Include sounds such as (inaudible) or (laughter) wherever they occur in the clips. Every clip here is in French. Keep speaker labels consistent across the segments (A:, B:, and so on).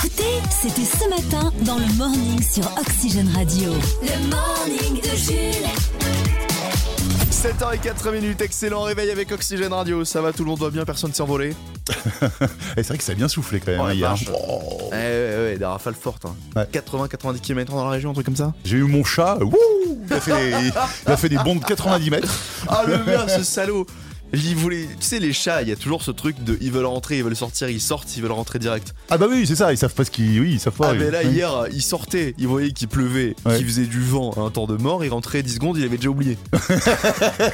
A: C'était ce matin dans le morning sur Oxygène Radio. Le morning de Jules.
B: 7 h 4 minutes, excellent réveil avec Oxygène Radio. Ça va, tout le monde va bien, personne ne s'est envolé.
C: Eh, c'est vrai que ça a bien soufflé quand même
B: Oh,
C: hein,
B: la
C: hier.
B: vache. Eh, ouais, ouais, des rafales fortes. hein.
C: Ouais.
B: 80-90 km dans la région, un truc comme ça.
C: J'ai eu mon chat, wouh, il, a fait des, il a fait des bonds de 90 mètres.
B: Ah le mien, (laughs) ce salaud il voulait... Tu sais, les chats, il y a toujours ce truc de ils veulent rentrer, ils veulent sortir, ils sortent, ils veulent rentrer direct.
C: Ah bah oui, c'est ça, ils savent pas ce qu'ils. Oui, ils savent pas.
B: ah,
C: oui.
B: mais là,
C: Oui.
B: hier, il sortait, il voyait qu'il pleuvait,
C: Ouais.
B: qu'il faisait du vent à un temps de mort, il rentrait 10 secondes, il avait déjà (laughs) oublié.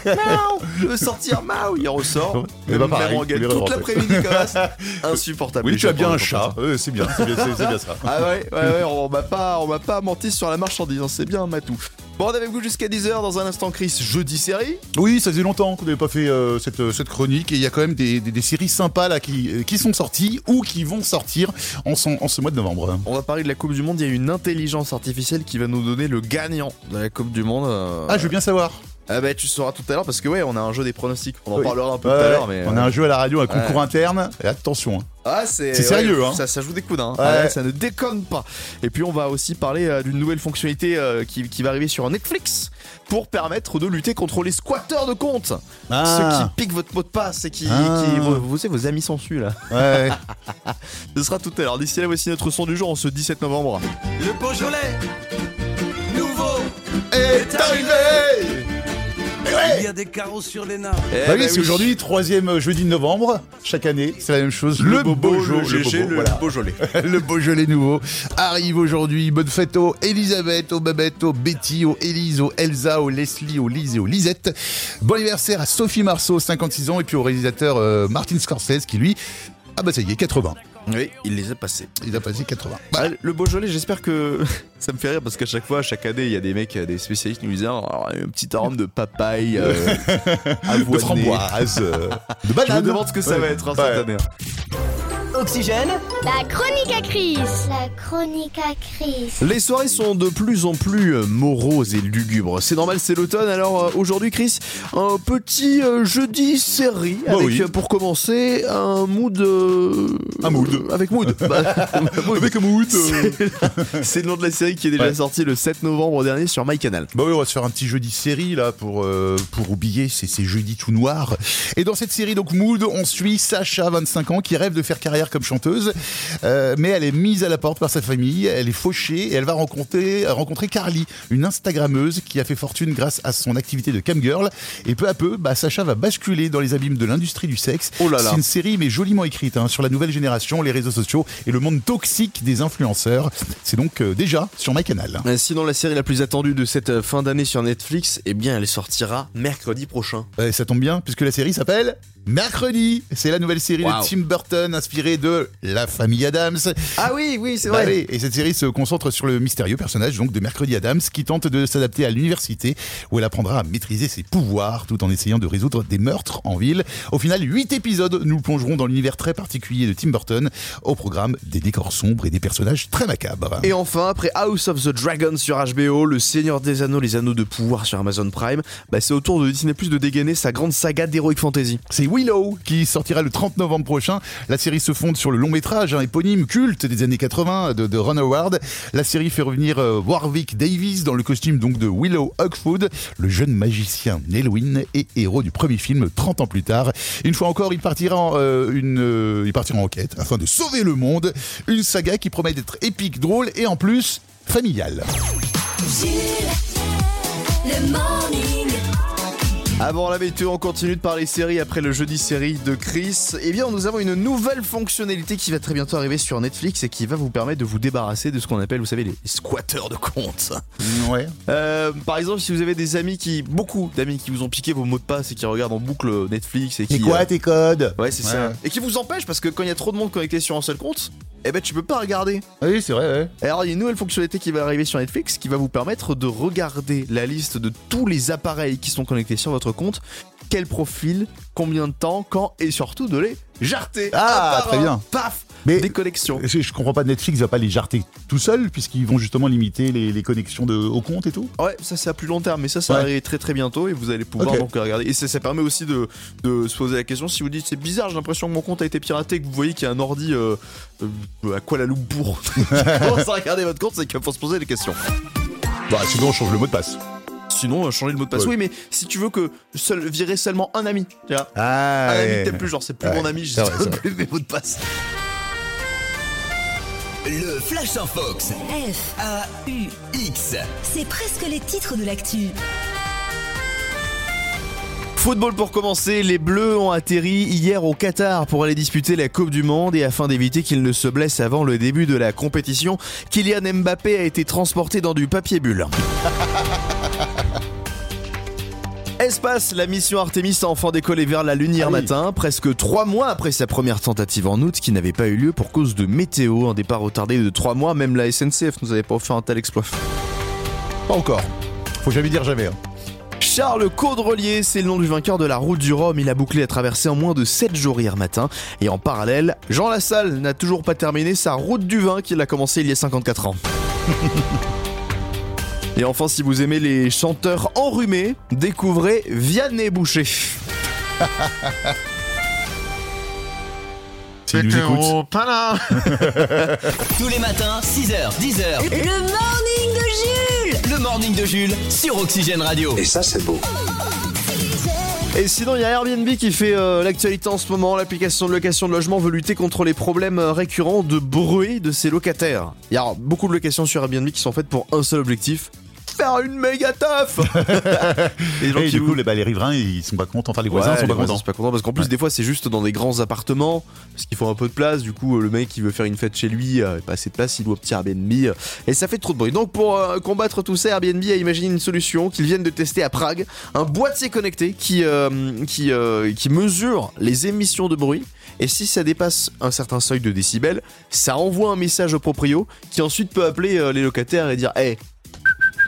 B: Miaou, je veux sortir, maou, il ressort.
C: Mais pas pareil,
B: même en gueule,
C: il est
B: toute
C: rentré.
B: l'après-midi, comme (laughs) ça. Insupportable.
C: Oui,
B: les
C: tu as bien
B: Japonais
C: un
B: quand
C: chat,
B: ils font
C: Euh, c'est bien, c'est bien, c'est- c'est bien ça.
B: ça. Ah ouais, ouais, ouais, on m'a pas, on m'a pas menti sur la marchandise, hein, c'est bien, Matou. Bon, on est avec vous jusqu'à 10h dans un instant, Chris, jeudi série.
C: Oui, ça faisait longtemps qu'on n'avait pas fait euh, cette, euh, cette chronique et il y a quand même des, des- des séries sympas là qui, euh, qui sont sorties ou qui vont sortir en, son- en ce mois de novembre.
B: On va parler de la Coupe du Monde. Il y a une intelligence artificielle qui va nous donner le gagnant de la Coupe du Monde. euh.
C: Ah, je veux bien savoir.
B: Ah bah tu sauras tout à l'heure parce que ouais, on a un jeu des pronostics. On en
C: Oui.
B: parlera un peu
C: Ouais,
B: tout à
C: ouais.
B: l'heure, mais
C: On a un jeu à la radio, un
B: Ouais.
C: concours interne. Et attention. hein.
B: ah c'est
C: C'est
B: ouais,
C: sérieux, hein.
B: Ça, ça joue des coudes, hein.
C: Ouais.
B: Ah ouais, ça ne déconne pas. Et puis on va aussi parler euh, d'une nouvelle fonctionnalité euh, qui, qui va arriver sur Netflix pour permettre de lutter contre les squatteurs de comptes, ceux qui piquent votre mot de passe et qui,
C: Ah.
B: qui- vous, vous savez vos amis sont sus là. (laughs)
C: Ouais.
B: Ce sera tout à l'heure. D'ici là, voici notre son du jour en ce 17 novembre.
D: Le Beaujolais nouveau
B: Est arrivé.
D: Il y a des carreaux sur les nappes.
B: Eh
A: Euh,
C: Bah oui,
B: bah
C: c'est aujourd'hui, troisième euh, jeudi de novembre. Chaque année, c'est la même chose. Le, Beaujo-
B: le GG,
C: Bobo,
B: le
C: voilà.
B: Beaujolais.
C: (laughs) Le Beaujolais nouveau arrive aujourd'hui. Bonne fête aux Elisabeth, aux Babette, aux Betty, aux Élise, aux Elsa, aux Leslie, aux Lise et aux Lisette. Bon anniversaire à Sophie Marceau, 56 ans, et puis au réalisateur euh, Martin Scorsese qui lui. Ah bah ça y est, 80.
B: Oui, il les a passés.
C: Il a passé 80.
B: Ah, le Beaujolais, j'espère que (laughs) ça me fait rire parce qu'à chaque fois, à chaque année, il y a des mecs, des spécialistes qui nous disent Ah, oh, Alors, un petit arôme de papaye, euh,
C: (laughs) de
B: avoiné.
C: framboise, euh, (laughs) de
B: Je me
C: banane.
B: demande ce que ça va être hein,
C: Ouais.
B: cette année.
D: Oxygène
E: La chronique à Chris. La chronique à Chris.
B: Les soirées sont de plus en plus euh, moroses et lugubres. C'est normal, c'est l'automne. Alors euh, aujourd'hui, Chris, un petit euh, jeudi série
C: Bah
B: avec
C: oui.
B: euh, pour commencer un mood. euh,
C: Un mood.
B: Avec
C: (laughs)
B: mood. Bah, (laughs) mood.
C: Avec un mood, euh.
B: C'est- C'est le nom de la série qui est déjà
C: Ouais.
B: sortie le 7 novembre dernier sur MyCanal.
C: Bah oui, on va se faire un petit jeudi série là pour euh, pour oublier ces, ces jeudis tout noirs. Et dans cette série donc Mood, on suit Sacha, 25 ans, qui rêve de faire carrière comme chanteuse, Euh, mais elle est mise à la porte par sa famille, elle est fauchée et elle va rencontrer rencontrer Carly, une Instagrammeuse qui a fait fortune grâce à son activité de camgirl. Et peu à peu, bah, Sacha va basculer dans les abîmes de l'industrie du sexe.
B: Oh là là.
C: C'est une série mais joliment écrite hein, sur la nouvelle génération, les réseaux sociaux et le monde toxique des influenceurs. C'est donc euh, déjà sur MyCanal.
B: Euh, Sinon, la série la plus attendue de cette euh, fin d'année sur Netflix, eh bien, elle sortira mercredi prochain.
C: Ouais, ça tombe bien, puisque la série s'appelle Mercredi. C'est la nouvelle série
B: Wow.
C: de Tim Burton, inspirée de La famille Adams.
B: Ah oui, oui, c'est
C: Bah oui, et cette série se concentre sur le mystérieux personnage donc de Mercredi Adams qui tente de s'adapter à l'université où elle apprendra à maîtriser ses pouvoirs tout en essayant de résoudre des meurtres en ville. Au final, 8 épisodes nous plongerons dans l'univers très particulier de Tim Burton au programme des décors sombres et des personnages très macabres.
B: Et enfin, après House of the Dragon sur HBO, Le Seigneur des Anneaux, Les Anneaux de Pouvoir sur Amazon Prime, bah, c'est au tour de Disney Plus de dégainer sa grande saga d'Heroic Fantasy.
C: C'est Willow qui sortira le 30 novembre prochain. La série se fonde sur le long métrage hein, éponyme culte des années 80 de, de Ron Howard. La série fait revenir euh, Warwick Davis dans le costume donc de Willow Huckford, le jeune magicien Nelwyn et héros du premier film 30 ans plus tard. Une fois encore, il partira en, euh, une, euh, il partira en enquête afin de sauver le monde. Une saga qui promet d'être épique, drôle et en plus familiale.
A: Le morning.
B: Avant la météo, on continue de parler série après le jeudi série de Chris. Eh bien, nous avons une nouvelle fonctionnalité qui va très bientôt arriver sur Netflix et qui va vous permettre de vous débarrasser de ce qu'on appelle, vous savez, les squatteurs de comptes.
C: Ouais.
B: Euh, par exemple, si vous avez des amis qui, beaucoup d'amis qui vous ont piqué vos mots de passe et qui regardent en boucle Netflix et qui.
C: Et quoi
B: euh,
C: tes codes
B: Ouais, c'est
C: Ouais.
B: ça. Et qui vous empêche parce que quand il y a trop de monde connecté sur un seul compte, eh ben tu peux pas regarder.
C: Oui, c'est vrai. Ouais.
B: Et Alors, il y a une nouvelle fonctionnalité qui va arriver sur Netflix qui va vous permettre de regarder la liste de tous les appareils qui sont connectés sur votre compte, quel profil, combien de temps, quand et surtout de les jarter.
C: Ah,
B: Un par
C: très
B: un.
C: bien.
B: Paf
C: Mais-
B: des connexions.
C: Je, je comprends pas, Netflix va pas les jarter tout seul, puisqu'ils vont justement limiter les, les connexions de, au compte et tout.
B: Ouais, ça c'est à plus long terme, mais ça, ça
C: Ouais.
B: arrive très très bientôt et vous allez pouvoir
C: Ok.
B: donc regarder. Et ça, ça permet aussi de, de se poser la question si vous dites c'est bizarre, j'ai l'impression que mon compte a été piraté, que vous voyez qu'il y a un ordi euh, euh, à Kuala (laughs) Lumpur. Commence à regarder votre compte, c'est qu'il faut se poser des questions.
C: Bah, sinon, on change le mot de passe.
B: Sinon, euh, changer le mot de passe.
C: Ouais.
B: Oui, mais si tu veux que seul, virer seulement un ami, tu vois,
C: Ah,
B: un
C: ouais.
B: ami t'aimes plus, genre c'est plus
C: Ouais.
B: mon ami, je
C: C'est vrai, c'est
B: donne plus mes mots de passe.
F: Le Flash en Fox.
A: F,
F: A-U-X.
A: c'est presque les titres de l'actu.
B: Football pour commencer, les Bleus ont atterri hier au Qatar pour aller disputer la Coupe du Monde et afin d'éviter qu'ils ne se blessent avant le début de la compétition, Kylian Mbappé a été transporté dans du papier bulle. (laughs) Espace, la mission Artemis a enfin décollé vers la Lune hier
C: Ah oui.
B: matin, presque trois mois après sa première tentative en août qui n'avait pas eu lieu pour cause de météo, un départ retardé de trois mois, même la SNCF nous avait pas offert un tel exploit.
C: Pas encore. Faut jamais dire jamais. hein.
B: Charles Caudrelier, c'est le nom du vainqueur de la route du Rhum. Il a bouclé la traversée en moins de 7 jours hier matin. Et en parallèle, Jean Lassalle n'a toujours pas terminé sa route du vin qu'il a commencé il y a 54 ans. (laughs) Et enfin, si vous aimez les chanteurs enrhumés, découvrez Vianney Boucher.
C: S'il nous écoute.
B: oh,
F: Tous les matins, 6h, 10h.
A: Le morning de Jules
F: Le morning de Jules sur Oxygène Radio.
G: Et ça, c'est beau.
B: Et sinon, il y a Airbnb qui fait euh, l'actualité en ce moment. L'application de location de logement veut lutter contre les problèmes euh, récurrents de bruit de ses locataires. Il y a beaucoup de locations sur Airbnb qui sont faites pour un seul objectif faire une méga
C: (laughs)
B: taf Et les gens
C: Et
B: qui
C: du coup,
B: vous-
C: les, bah, les riverains, ils sont pas contents. Enfin, les
B: Ouais,
C: voisins sont
B: les
C: pas
B: voisins
C: contents.
B: sont pas contents parce qu'en plus
C: Ouais.
B: des fois c'est juste dans des grands appartements parce qu'il faut un peu de place du coup euh, le mec qui veut faire une fête chez lui euh, pas assez de place il doit petit Airbnb euh, et ça fait trop de bruit donc pour euh, combattre tout ça Airbnb a imaginé une solution qu'ils viennent de tester à Prague un boîtier connecté qui, euh, qui, euh, qui mesure les émissions de bruit et si ça dépasse un certain seuil de décibels ça envoie un message au proprio qui ensuite peut appeler euh, les locataires et dire hey,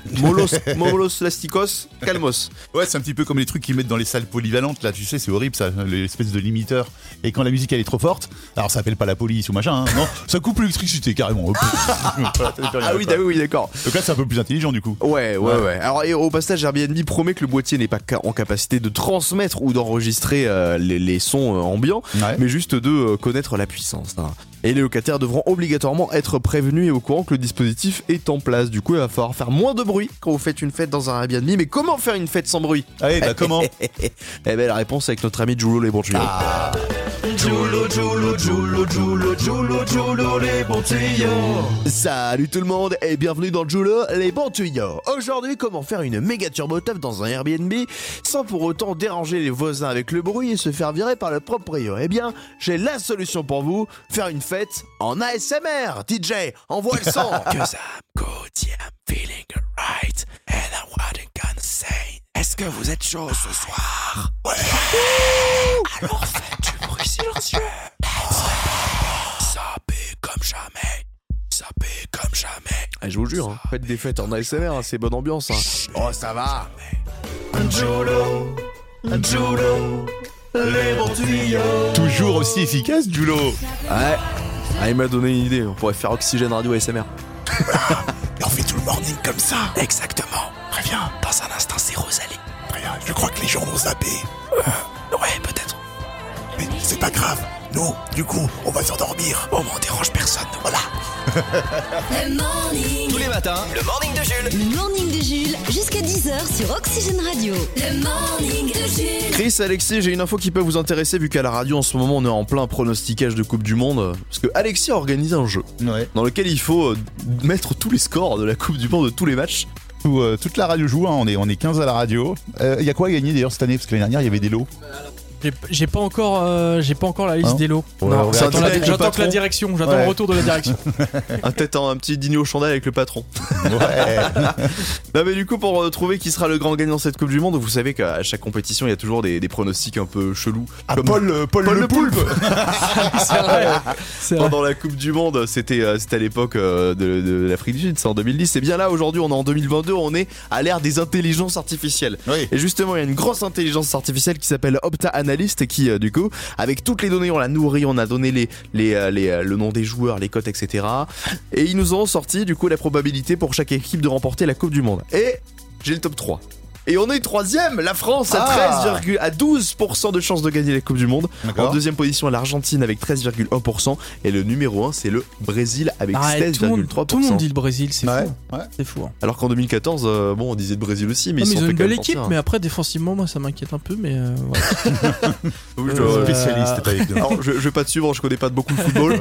C: (laughs)
B: Molos, molos Lasticos, Calmos.
C: Ouais, c'est un petit peu comme les trucs qu'ils mettent dans les salles polyvalentes. Là, tu sais, c'est horrible ça, l'espèce de limiteur. Et quand la musique elle est trop forte, alors ça appelle pas la police ou machin, hein,
B: (laughs)
C: non, ça coupe l'électricité carrément. Hop. Voilà, ça fait rien,
B: Ah oui,
C: quoi.
B: d'accord, oui, d'accord.
C: Donc là, c'est un peu plus intelligent du coup.
B: Ouais, ouais, ouais,
C: Ouais.
B: Alors, et au passage, Airbnb promet que le boîtier n'est pas ca- en capacité de transmettre ou d'enregistrer euh, les, les sons euh, ambiants,
C: Ouais.
B: mais juste de euh, connaître la puissance. hein. Et les locataires devront obligatoirement être prévenus et au courant que le dispositif est en place. Du coup, il va falloir faire moins de bruit quand vous faites une fête dans un Airbnb. Mais comment faire une fête sans bruit
D: Ah
C: Allez, bah comment
B: (laughs) Eh ben, la réponse avec notre ami Julo les Bourgeois.
D: Ah. Giulio, Giulio, Giulio, Giulio, Giulio, Giulio, les bons tuyaux.
B: Salut tout le monde et bienvenue dans Julo les bons tuyaux. Aujourd'hui, comment faire une méga turboteuf dans un Airbnb sans pour autant déranger les voisins avec le bruit et se faire virer par le proprio Eh bien, j'ai la solution pour vous faire une fête en ASMR. DJ, envoie
D: (laughs)
B: le son.
D: Est-ce que vous êtes chaud ce soir
B: Ah, je vous jure, hein. faites des fêtes en ASMR, hein, c'est bonne ambiance.
C: Oh, ça va
D: Giulio, Giulio, les bons tuyaux.
C: Toujours aussi efficace, Julo
B: Ouais. Ah, il m'a donné une idée, on pourrait faire Oxygène Radio ASMR.
C: (laughs) On fait tout le morning comme ça
F: Exactement.
C: Très bien,
F: Dans un instant, c'est Rosalie.
C: très bien. Je crois que les gens vont (laughs) zapper.
F: Ouais, peut-être.
C: Mais c'est pas grave. Nous, du coup, on va s'endormir.
F: Au moins, on dérange personne. Voilà.
A: Le morning.
F: Tous les matins, le morning de Jules.
A: Le morning de Jules jusqu'à 10h sur Oxygène Radio. Le morning de Jules.
B: Chris, Alexis, j'ai une info qui peut vous intéresser vu qu'à la radio en ce moment on est en plein pronosticage de Coupe du Monde. Parce que Alexis a organisé un jeu.
C: Ouais.
B: dans lequel il faut euh, mettre tous les scores de la Coupe du Monde de tous les
C: (laughs)
B: matchs.
C: Tout, euh, toute la radio joue, hein, on, est, on est 15 à la radio. Euh, Il y a quoi à gagner d'ailleurs cette année Parce que l'année dernière, il y avait des lots.
H: J'ai- J'ai pas encore, euh, j'ai pas encore la liste
C: Non.
H: des lots.
C: Ouais, on
H: Non,
C: verra
H: j'attends la,
B: direct avec le
H: j'attends que la
B: patron.
H: direction, j'attends
C: Ouais.
H: le retour de la direction.
B: Un tête un petit dîner au chandelle avec le patron.
C: (laughs) Ouais.
B: Non mais du coup pour euh, trouver qui sera le grand gagnant de cette Coupe du Monde, vous savez qu'à chaque compétition il y a toujours des, des pronostics un peu chelous.
C: Ah,
B: Comme-
C: Paul, euh, Paul,
B: Paul
C: le
B: le
C: poulpe,
H: C'est vrai. C'est vrai.
B: Pendant la Coupe du Monde, c'était euh, c'était à l'époque euh, de, de l'Afrique du Sud, c'est en 2010. C'est bien là aujourd'hui, on est en 2022, on est à l'ère des intelligences artificielles.
C: Oui.
B: Et justement, il y a une grosse intelligence artificielle qui s'appelle Opta journaliste qui, euh, du coup, avec toutes les données, on l'a nourri, on a donné les, les, euh, les, euh, le nom des joueurs, les cotes, etc. Et ils nous ont sorti, du coup, la probabilité pour chaque équipe de remporter la Coupe du Monde. Et j'ai le top 3. Et on est troisième, la France à
C: Ah.
B: 13, à 12% de chance de gagner la Coupe du Monde. En
C: D'accord.
B: deuxième position, l'Argentine avec 13,1%. Et le numéro 1, c'est le Brésil avec
H: Arrête, Ah, tout, le monde, tout le monde
B: 16,3%.
H: dit le Brésil, c'est
C: Ouais,
H: fou.
C: ouais.
H: C'est fou. hein.
B: Alors qu'en 2014, euh, bon, on disait le Brésil aussi, mais
H: Non,
B: ils,
H: Ah,
B: sont
H: mais ils ont
B: fait
H: une
B: quand
H: belle
B: même
H: équipe,
B: sortir.
H: mais après défensivement, moi ça m'inquiète un peu, mais euh, voilà.
B: Oui, je-
H: Euh,
C: Spécialiste, t'as avec nous.
B: Alors, je, je vais pas te suivre, je connais pas beaucoup le
H: (laughs)
B: football.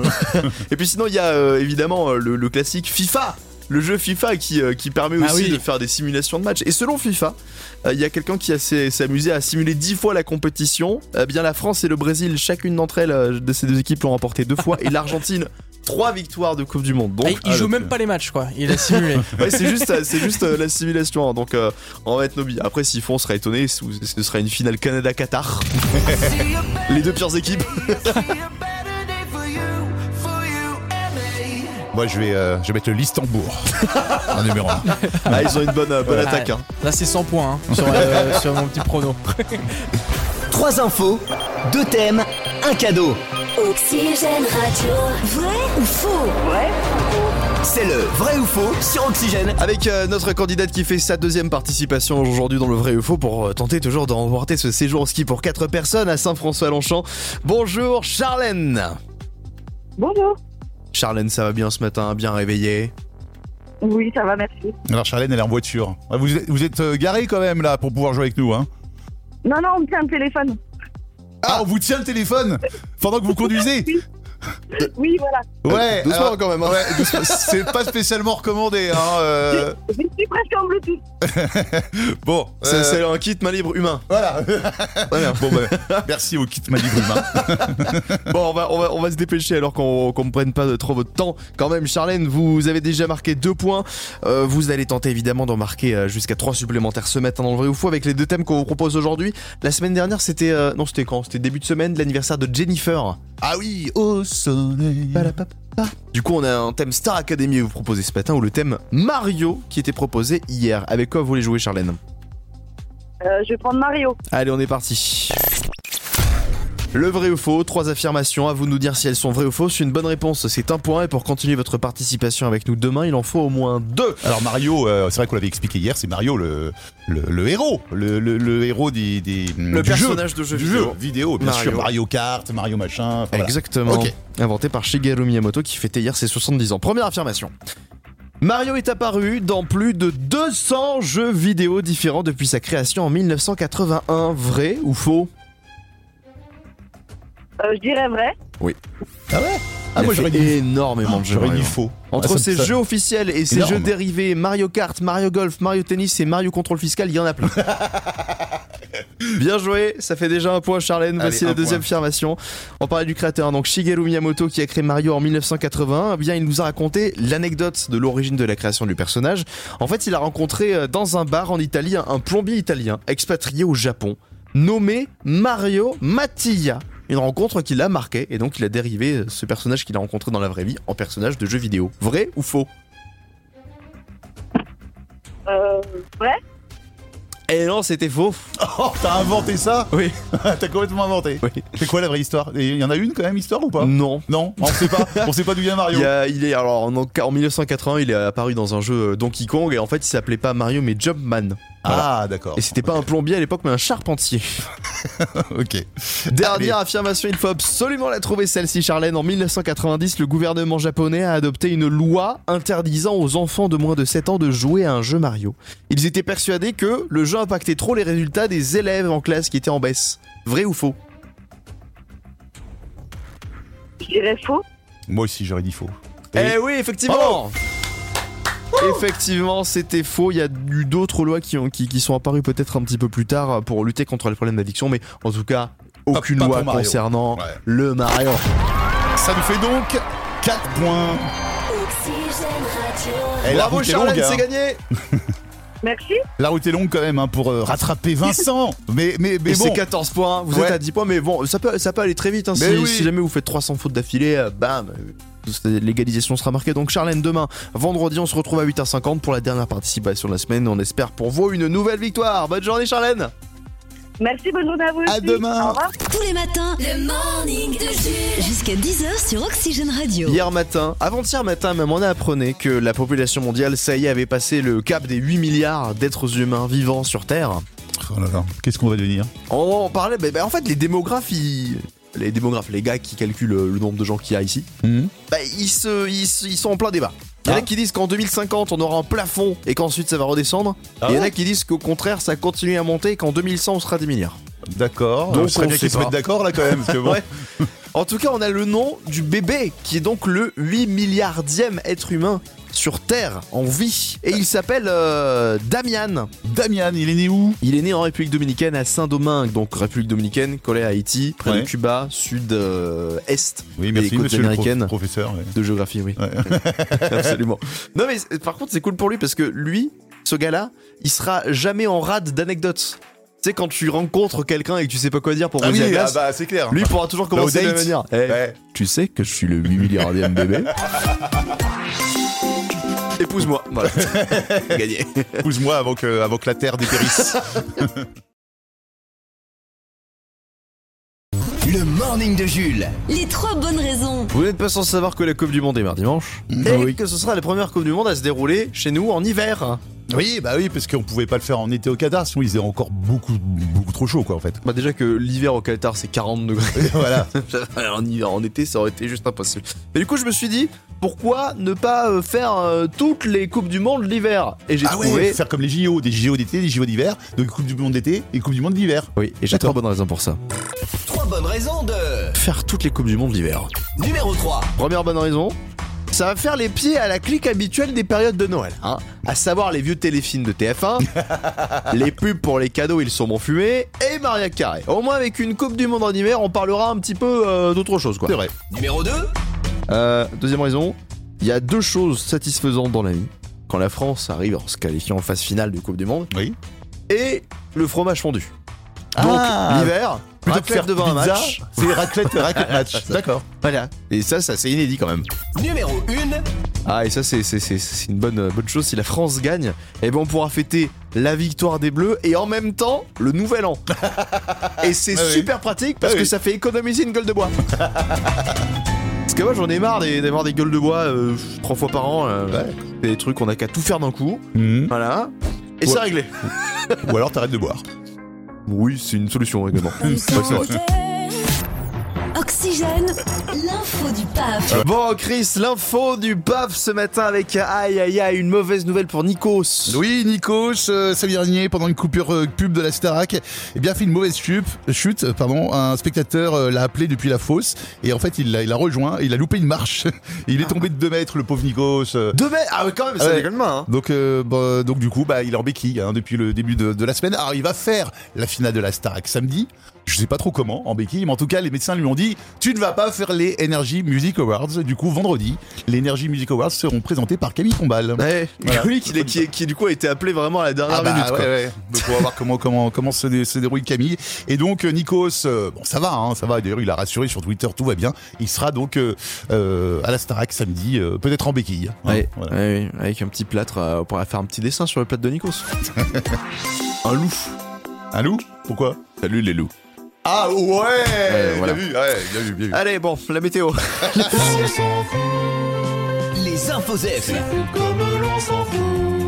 B: Et puis sinon, il y a euh, évidemment euh, le, le classique FIFA. Le jeu FIFA qui, euh, qui permet
H: Ah
B: aussi
H: oui.
B: de faire des simulations de matchs. Et selon FIFA, euh, il y a quelqu'un qui a s'est s'est amusé à simuler 10 fois la compétition. Eh bien, la France et le Brésil, chacune d'entre elles, euh, de ces deux équipes, l'ont remporté deux fois.
H: (laughs)
B: Et l'Argentine, trois victoires de Coupe du Monde. Donc, euh,
H: Ah, il il
C: ah,
H: joue
C: le-
H: même pas les matchs, quoi. Il a simulé.
B: ouais, c'est
H: (laughs)
B: juste, euh, c'est juste euh, la simulation. hein. Donc, euh, on va être nobi. Après, s'ils font, on sera étonné. Ce ce sera une finale
H: (laughs)
B: Canada-Qatar. Les deux pires équipes.
C: Moi, je vais, euh, je vais mettre le (laughs) Listembourg en numéro 1.
B: Ah, ils ont une bonne, euh, bonne
H: Ouais.
B: attaque. hein.
H: Là, c'est 100 points hein, sur, euh, sur mon petit prono.
G: Trois infos, deux thèmes, un cadeau.
A: Oxygène Radio. Vrai ou faux
G: C'est le vrai ou faux sur Oxygène.
B: Avec euh, notre candidate qui fait sa deuxième participation aujourd'hui dans le vrai ou faux pour euh, tenter toujours de remporter ce séjour en ski pour quatre personnes à Saint-François-Longchamp. Bonjour Charlène
I: Bonjour.
B: Charlène, ça va bien ce matin, bien réveillée
I: Oui, ça va, merci.
C: Alors, Charlène, elle est en voiture. Ah, Vous êtes, vous êtes garé quand même là pour pouvoir jouer avec nous. Hein.
I: Non, non, on me tient le téléphone.
C: Ah, on vous tient le téléphone pendant que vous (laughs) conduisez
I: Oui, voilà.
C: Ouais,
B: doucement
C: alors-
B: quand même. hein.
C: Ouais, doucement. c'est pas spécialement recommandé. Hein, euh, (laughs)
I: Je suis presque en Bluetooth.
C: Bon,
B: C'est-
C: euh,
B: C'est un kit main libre humain.
C: voilà. Bon, bah, merci au kit Malibu humain.
B: Bon, on va, on va, on va se dépêcher alors qu'on qu'on ne prenne pas de- trop votre temps. Quand même, Charlène, vous avez déjà marqué deux points. Euh, vous allez tenter évidemment d'en marquer euh, jusqu'à trois supplémentaires ce matin dans le vrai ou faux avec les deux thèmes qu'on vous propose aujourd'hui. La semaine dernière, c'était. euh, non, c'était quand C'était début de semaine, l'anniversaire de Jennifer.
C: Ah oui, au soleil.
B: Du coup, on a un thème Star Academy à vous proposer ce matin ou le thème Mario qui était proposé hier. Avec quoi vous voulez jouer, Charlène
I: Euh, je vais prendre Mario.
B: Allez, on est parti. Le vrai ou faux, trois affirmations, à vous de nous dire si elles sont vraies ou fausses. Une bonne réponse, c'est un point. Et pour continuer votre participation avec nous demain, il en faut au moins deux.
C: Alors Mario, euh, c'est vrai qu'on l'avait expliqué hier, c'est Mario le, le, le héros, le, le- le héros des, des-
B: Le
C: du
B: personnage
C: jeu,
B: de jeu
C: du
B: vidéo.
C: jeu vidéo, bien
B: Mario.
C: sûr, Mario Kart, Mario machin. enfin, voilà.
B: Exactement.
C: Ok.
B: Inventé par Shigeru Miyamoto qui fêtait hier ses 70 ans. Première affirmation. Mario est apparu dans plus de 200 jeux vidéo différents depuis sa création en 1981. Vrai ou faux
I: Euh, je dirais vrai.
C: Ah,
B: Il a
C: moi,
B: fait
C: j'aurais dit-
B: énormément de jeux.
C: J'aurais dit
B: Mario.
C: faux.
B: Entre
C: Ah, ça-
B: ces
C: ça-
B: jeux officiels et ces
C: Énorme.
B: jeux dérivés, Mario Kart, Mario Golf, Mario Tennis et Mario Contrôle Fiscal, il y en a plein. Bien joué, ça fait déjà un point Charlène,
C: Allez,
B: voici la
C: un
B: deuxième
C: point.
B: affirmation. On parlait du créateur, donc Shigeru Miyamoto qui a créé Mario en 1981, eh bien il nous a raconté l'anecdote de l'origine de la création du personnage. En fait, il a rencontré euh, dans un bar en Italie un- un plombier italien expatrié au Japon, nommé Mario Mattia. Une rencontre qui l'a marqué et donc il a dérivé euh, ce personnage qu'il a rencontré dans la vraie vie en personnage de jeu vidéo. Vrai ou faux
I: Euh, vrai
B: Eh non, c'était faux.
C: (laughs) Oh, t'as inventé ça
B: Oui.
C: (laughs) T'as complètement inventé.
B: Oui.
C: C'est quoi la vraie histoire Et Il y en a une quand même, histoire ou pas
B: Non.
C: Non, Ah, on sait pas. On sait pas d'où vient
B: (laughs)
C: Mario.
B: Il, y a- il est alors en, en 1980, il est apparu dans un jeu euh, Donkey Kong et en fait, il s'appelait pas Mario mais Jumpman.
C: Ah, d'accord.
B: Et c'était pas un plombier à l'époque mais un charpentier.
C: Ok.
B: Dernière affirmation, il faut absolument la trouver celle-ci Charlène. En 1990, le gouvernement japonais a adopté une loi interdisant aux enfants de moins de 7 ans de jouer à un jeu Mario. Ils étaient persuadés que le jeu impactait trop les résultats des élèves en classe qui étaient en baisse. Vrai ou faux
I: Je dirais faux.
C: Moi aussi, j'aurais dit faux.
B: Eh oui, effectivement Effectivement, c'était faux. Il y a eu d'autres lois qui, ont, qui, qui sont apparues peut-être un petit peu plus tard pour lutter contre le problème d'addiction, mais en tout cas, aucune
C: pas
B: loi
C: pour Mario.
B: concernant
C: Ouais.
B: le Mario.
C: Ça nous fait donc 4 points.
A: Oxygène Radio.
C: Eh, la
B: Bravo
C: route est
B: Charlène,
C: longue, hein.
B: c'est gagné
I: Merci.
C: La route est longue quand même hein, pour euh, rattraper (laughs) Vincent. mais mais, mais
B: Et c'est
C: bon.
B: 14 points, vous
C: Ouais.
B: êtes à 10 points, mais bon, ça peut, ça peut aller très vite. hein. Si,
C: Mais oui.
B: si jamais vous faites 300 fautes d'affilée, euh, bam euh, c'est- L'égalisation sera marquée. Donc, Charlène, demain, vendredi, on se retrouve à 8h50 pour la dernière participation de la semaine. On espère pour vous une nouvelle victoire. Bonne journée, Charlène!
I: Merci, bonne journée à vous.
C: À
I: aussi.
C: demain.
I: Au revoir.
A: Tous les matins, le morning de Jules. Jusqu'à 10h sur Oxygène Radio.
B: Hier matin, avant-hier matin même, on a apprenait que la population mondiale, ça y est, avait passé le cap des 8 milliards d'êtres humains vivants sur Terre.
C: Oh là là, qu'est-ce qu'on va devenir
B: On en parlait, bah, bah, en fait, les démographes, ils- les démographes, les gars qui calculent euh, le nombre de gens qu'il y a ici,
C: Hmm
B: bah, ils, se, ils, se- ils sont en plein débat. Il y en a
C: Ah.
B: qui disent qu'en 2050 on aura un plafond et qu'ensuite ça va redescendre.
C: Ah
B: Et il y en
C: ouais
B: a qui disent qu'au contraire ça continue à monter et qu'en 2100 on sera des milliards.
C: D'accord.
B: Donc,
C: Donc, serait
B: on
C: bien
B: sait
C: qu'ils se
B: pas.
C: mettent d'accord là quand même. (laughs) Parce que bon.
B: Ouais. En tout cas on a le nom du bébé qui est donc le 8 milliardième être humain sur Terre en vie. Et il s'appelle euh, Damian.
C: Damian, il est né où
B: Il est né en République dominicaine à Saint-Domingue, donc République dominicaine, collée à Haïti, près de
C: Ouais.
B: Cuba, sud-est
C: Oui,
B: des
C: merci,
B: côtes
C: monsieur le prof-
B: américaines.
C: professeur. ouais.
B: De géographie, oui. (laughs) Absolument. Non, mais c'est- par contre, c'est cool pour lui parce que lui, ce gars-là, il sera jamais en rade d'anecdotes. Tu sais, quand tu rencontres quelqu'un et que tu sais pas quoi dire pour
C: Ah
B: poser
C: oui,
B: la
C: ah
B: glace,
C: bah, c'est clair.
B: lui il pourra toujours commencer de
C: date.
B: la même manière. Eh,
C: Ouais.
B: Tu sais que je suis le 8 milliardième bébé Épouse-moi. (laughs) Voilà. Gagné.
C: Épouse-moi avant que, avant que la terre dépérisse.
G: Le morning de Jules.
A: Les trois bonnes raisons.
B: Vous n'êtes pas sans savoir que la Coupe du Monde démarre dimanche et que ce sera la première Coupe du Monde à se dérouler chez nous en hiver.
C: (laughs) oui, bah oui, parce qu'on pouvait pas le faire en été au Qatar, sinon il faisait encore beaucoup, beaucoup trop chaud, quoi, en fait.
B: Bah déjà que l'hiver au Qatar c'est 40 degrés. (laughs)
C: voilà.
B: en hiver, en été, ça aurait été juste impossible. Mais du coup, je me suis dit, pourquoi ne pas euh, faire euh, toutes les Coupes du Monde l'hiver Et j'ai
C: Ah ouais,
B: trouvé.
C: faire comme les JO, des JO d'été, des JO d'hiver, donc Coupe du Monde d'été et Coupe du Monde d'hiver.
B: Oui, et j'ai trois bonnes raisons pour ça.
G: Trois bonnes raisons de.
B: Faire toutes les Coupes du Monde l'hiver.
G: Numéro 3.
B: Première bonne raison, ça va faire les pieds à la clique habituelle des périodes de Noël. Hein à savoir les vieux téléfilms de
C: (laughs)
B: TF1, les pubs pour les cadeaux ils sont bon fumés, et Maria Carré. Au moins, avec une Coupe du Monde en hiver, on parlera un petit peu euh, d'autre chose, quoi.
C: C'est vrai.
G: Numéro 2.
B: Euh, deuxième raison, il y a deux choses satisfaisantes dans la vie. Quand la France arrive en se qualifiant en phase finale de Coupe du Monde.
C: Oui.
B: Et le fromage fondu. Donc
C: Ah.
B: l'hiver,
C: Plutôt que faire
B: raclette devant un
C: pizza,
B: match.
C: c'est raclette,
B: (laughs)
C: raclette match. D'accord.
B: Voilà. Et ça, ça c'est inédit quand même.
G: Numéro 1.
B: Ah et ça c'est c'est- c'est- c'est une bonne, euh, bonne chose. Si la France gagne, eh ben on pourra fêter la victoire des Bleus et en même temps le nouvel
C: (laughs)
B: an. et c'est
C: Ah oui.
B: super pratique parce
C: Ah
B: que
C: oui.
B: ça fait économiser une gueule de
C: (laughs)
B: bois. Parce que moi j'en ai marre des- d'avoir des gueules de bois euh, trois fois par an. euh,
C: Ouais.
B: C'est des trucs qu'on a qu'à tout faire d'un coup.
C: Mhm.
B: Voilà. Et
C: Ouais.
B: c'est réglé.
C: Ou alors t'arrêtes de boire.
B: Oui, c'est une solution
C: (laughs)
B: également.
A: Oxygène, l'info du PAF.
B: Bon, Chris, l'info du PAF ce matin avec euh, aïe aïe aïe, une mauvaise nouvelle pour Nikos.
C: Oui, Nikos, euh, samedi dernier, pendant une coupure euh, pub de la Starac, eh bien, a fait une mauvaise chute, chute euh, pardon. Un spectateur euh, l'a appelé depuis la fosse, et en fait, il l'a il l'a rejoint, et il a loupé une marche. (laughs) il est tombé de 2 mètres, le pauvre Nikos. euh.
B: Deux mètres Ah, ouais, quand même,
C: Ah
B: ça
C: ouais.
B: déconne pas, hein.
C: Donc, euh, bah, donc du coup, bah, il est en béquille hein, depuis le début de, de la semaine. Alors, il va faire la finale de la Starac samedi. Je sais pas trop comment, en béquille, mais en tout cas, les médecins lui ont dit Tu ne vas pas faire les Energy Music Awards. Du coup, vendredi, les Energy Music Awards seront présentés par Camille Combal.
B: Ouais,
C: Voilà.
B: oui, (laughs) qui, qui, qui, du coup a été appelé vraiment à la dernière
C: Ah bah,
B: minute.
C: ouais,
B: quoi.
C: ouais. Donc, on va voir comment, comment, comment se, dé- se déroule Camille. Et donc, euh, Nikos, euh, bon, ça va, hein, ça va. D'ailleurs, il a rassuré sur Twitter, tout va bien. Il sera donc euh, euh, à la Starac samedi, euh, peut-être en béquille. hein.
B: Ouais,
C: Voilà.
B: ouais, ouais, avec un petit plâtre, euh, on pourra faire un petit dessin sur le plâtre de Nikos. un loup.
C: Un loup Pourquoi
B: Salut les loups.
C: Ah ouais, Ah, Bien
B: voilà.
C: vu, ouais, bien vu, bien vu.
B: Allez, bon, la météo.
G: Les infos F.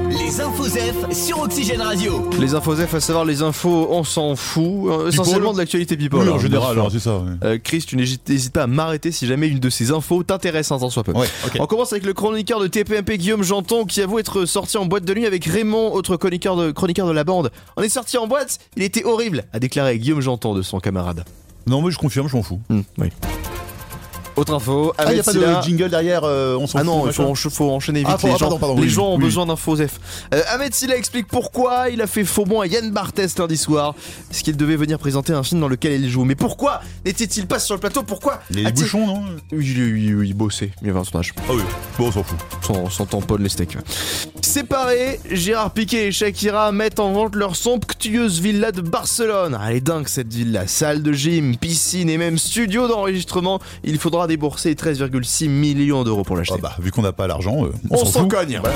G: Les infos F sur Oxygène Radio.
B: les infos F, à savoir les infos, on s'en fout. euh, essentiellement de l'actualité people.
C: Oui, en
B: hein,
C: général,
B: bien sûr.
C: alors, c'est ça. ouais.
B: Euh, Chris, tu n'hésites n'hésite pas à m'arrêter si jamais une de ces infos t'intéresse un tant soit peu.
C: Ouais, ok. Oh,
B: On commence avec le chroniqueur de TPMP Guillaume Janton qui avoue être sorti en boîte de nuit avec Raymond, autre chroniqueur de, chroniqueur de la bande. On est sorti en boîte, il était horrible, a déclaré Guillaume Janton de son camarade.
C: Non, mais je confirme, je m'en fous.
B: oui. Autre info,
C: Hmm. Ah, y a
B: Ahmed
C: pas
B: Silla-
C: de jingle derrière, euh, on s'en
B: ah
C: fout,
B: non, il
C: machin.
B: faut, encha- faut enchaîner vite.
C: Ah, faut-
B: les
C: ah,
B: gens,
C: pardon, pardon,
B: les
C: oui,
B: gens ont
C: oui.
B: besoin d'infos, Zef. Euh, Ahmed Silla explique pourquoi il a fait faux bon à Yann Barthès lundi soir, parce qu'il devait venir présenter un film dans lequel il joue. Mais pourquoi n'était-il pas sur le plateau Pourquoi
C: Il y a des
B: a-t-il-
C: bouchons, non
B: Oui, il, il- il bossait, il avait un sondage.
C: Ah oui, bon, on s'en fout.
B: Sans, sans tamponne les steaks. Séparés, Gérard Piquet et Shakira mettent en vente leur somptueuse villa de Barcelone. Ah, Elle est dingue cette villa. Salle de gym, piscine et même studio d'enregistrement. Il faudra débourser 13,6
C: bah,
B: millions d'euros pour l'acheter.
C: Ah bah, vu qu'on n'a pas l'argent, euh, on,
B: On s'en
C: fout.
B: cogne.
C: Voilà.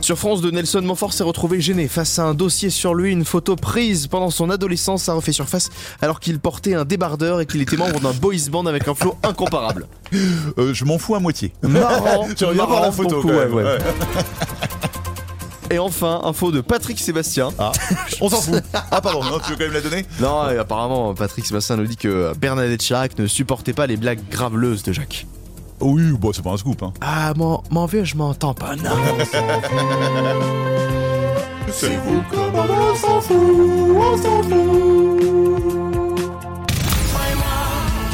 B: Sur France de Nelson Montfort s'est retrouvé gêné face à un dossier sur lui, une photo prise pendant son adolescence a refait surface alors qu'il portait un débardeur et qu'il était membre d'un boys band avec un flow incomparable.
C: Euh, je m'en fous à (laughs) moitié.
B: Marrant,
C: Tu reviens voir
B: marrant
C: la photo.
B: beaucoup,
C: quand même.
B: ouais, ouais.
C: Ouais.
B: Et enfin, info de Patrick Sébastien.
C: Ah, on s'en fout. Ah pardon, non, tu veux quand même la donner
B: Non, et apparemment, Patrick Sébastien nous dit que Bernadette Chirac ne supportait pas les blagues graveleuses de Jacques.
C: Oui, bah c'est pas un scoop. Hein.
B: Ah, mon, mon vieux, je m'entends
H: Ah,
B: pas, non.
C: Ah, C'est vous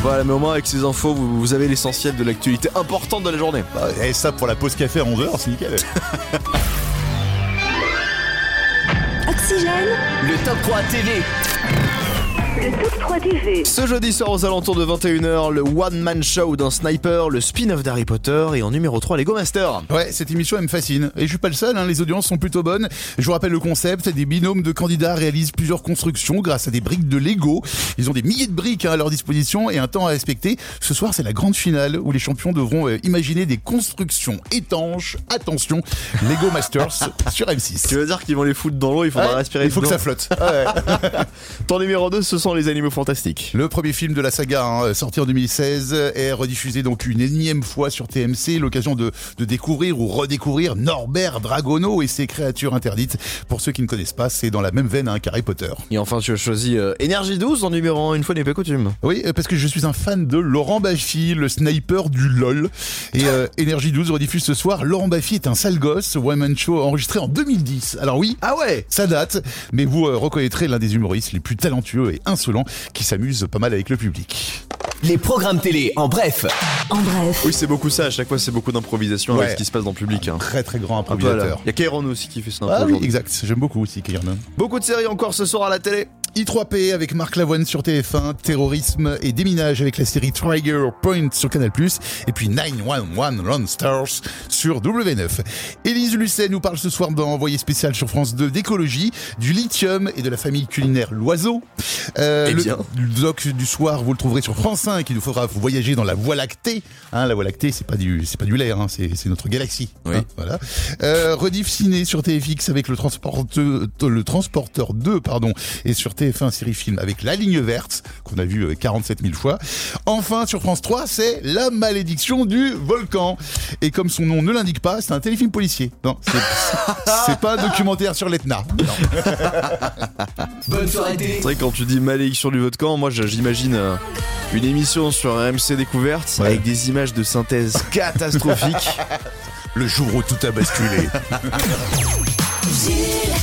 B: Voilà, mais au moins, avec ces infos, vous, vous avez l'essentiel de l'actualité importante de la journée.
C: Et Bah, eh, ça pour la pause café à 11h, c'est nickel.
A: Oxygène.
G: Le top 3 TV.
I: Le top 3 TV.
B: Ce jeudi soir aux alentours de 21h, le one-man show d'un sniper, le spin-off d'Harry Potter et en numéro 3, les Go Masters.
C: Ouais, cette émission elle me fascine. Et je suis pas le seul, hein, les audiences sont plutôt bonnes. Je vous rappelle le concept, des binômes de candidats réalisent plusieurs constructions grâce à des briques de Lego. Ils ont des milliers de briques hein, à leur disposition et un temps à respecter. Ce soir c'est la grande finale où les champions devront euh, imaginer des constructions étanches. Attention, Lego (laughs) Masters sur
B: Tu
C: M6.
B: veux dire qu'ils vont les foutre dans l'eau, il faudra
C: Ouais,
B: respirer
C: il faut que
B: dedans.
C: ça flotte.
B: Ton numéro 2, ce sont les animaux fantastiques.
C: Le premier film de la saga, hein, sorti en 2016, est rediffusé donc une énième fois sur TMC, l'occasion de, de découvrir ou redécouvrir Norbert Dragono et ses créatures interdites. Pour ceux qui ne connaissent pas, c'est dans la même veine hein, qu'Harry Potter.
B: Et enfin, tu as choisi euh, Énergie 12 en numéro 1, une fois n'est pas coutume.
C: Oui, euh, parce que je suis un fan de Laurent Baffy, le sniper du LOL. Et
B: (laughs)
C: euh, Énergie 12 rediffuse ce soir. Laurent Baffy est un sale gosse, one-man show enregistré en 2010. Alors oui,
B: Ah ouais
C: ça date, mais vous euh, reconnaîtrez l'un des humoristes les plus talentueux et insolents qui s'amuse pas mal avec le public.
G: Les programmes télé, en bref.
A: En bref,
B: Oui, c'est beaucoup ça, à chaque fois, c'est beaucoup d'improvisation
C: Ouais.
B: avec ce qui se passe dans le public. hein.
C: Très très grand
B: Un peu à la-
C: improvisateur.
B: Il y a Kairon aussi qui fait ça un peu
C: Ah oui,
B: aujourd'hui.
C: exact. J'aime beaucoup aussi Kiernan.
B: Beaucoup de séries encore ce soir à la télé.
C: I3P avec Marc Lavoine sur TF1, Terrorisme et Déminage avec la série Trigger Point sur Canal+, et puis 911 Lone Stars sur W9. Élise Lucet nous parle ce soir dans Envoyé spécial sur France 2 d'écologie, du lithium et de la famille culinaire Loiseau. Euh,
B: Eh
C: le,
B: bien.
C: le doc du soir, vous le trouverez sur France 5, il nous faudra voyager dans la Voie lactée. Hein, la Voie lactée, c'est pas du, c'est pas du l'air, hein, c'est, c'est notre galaxie.
B: Oui.
C: hein, voilà. Euh, rediff ciné sur TFX avec le transporteur, le transporteur 2, pardon, et sur TF1 série film avec La Ligne Verte, qu'on a vu euh, 47 000 fois. Enfin, sur France 3, c'est La Malédiction du Volcan. Et comme son nom ne l'indique pas, c'est un téléfilm policier. Non, c'est, c'est pas un documentaire sur l'Etna.
G: Bonne soirée télé.
B: C'est vrai que quand tu dis malédiction du volcan, moi je- j'imagine euh, une émission sur RMC Découverte
C: Ouais.
B: avec des images de synthèse catastrophiques.
C: Le jour où tout a basculé.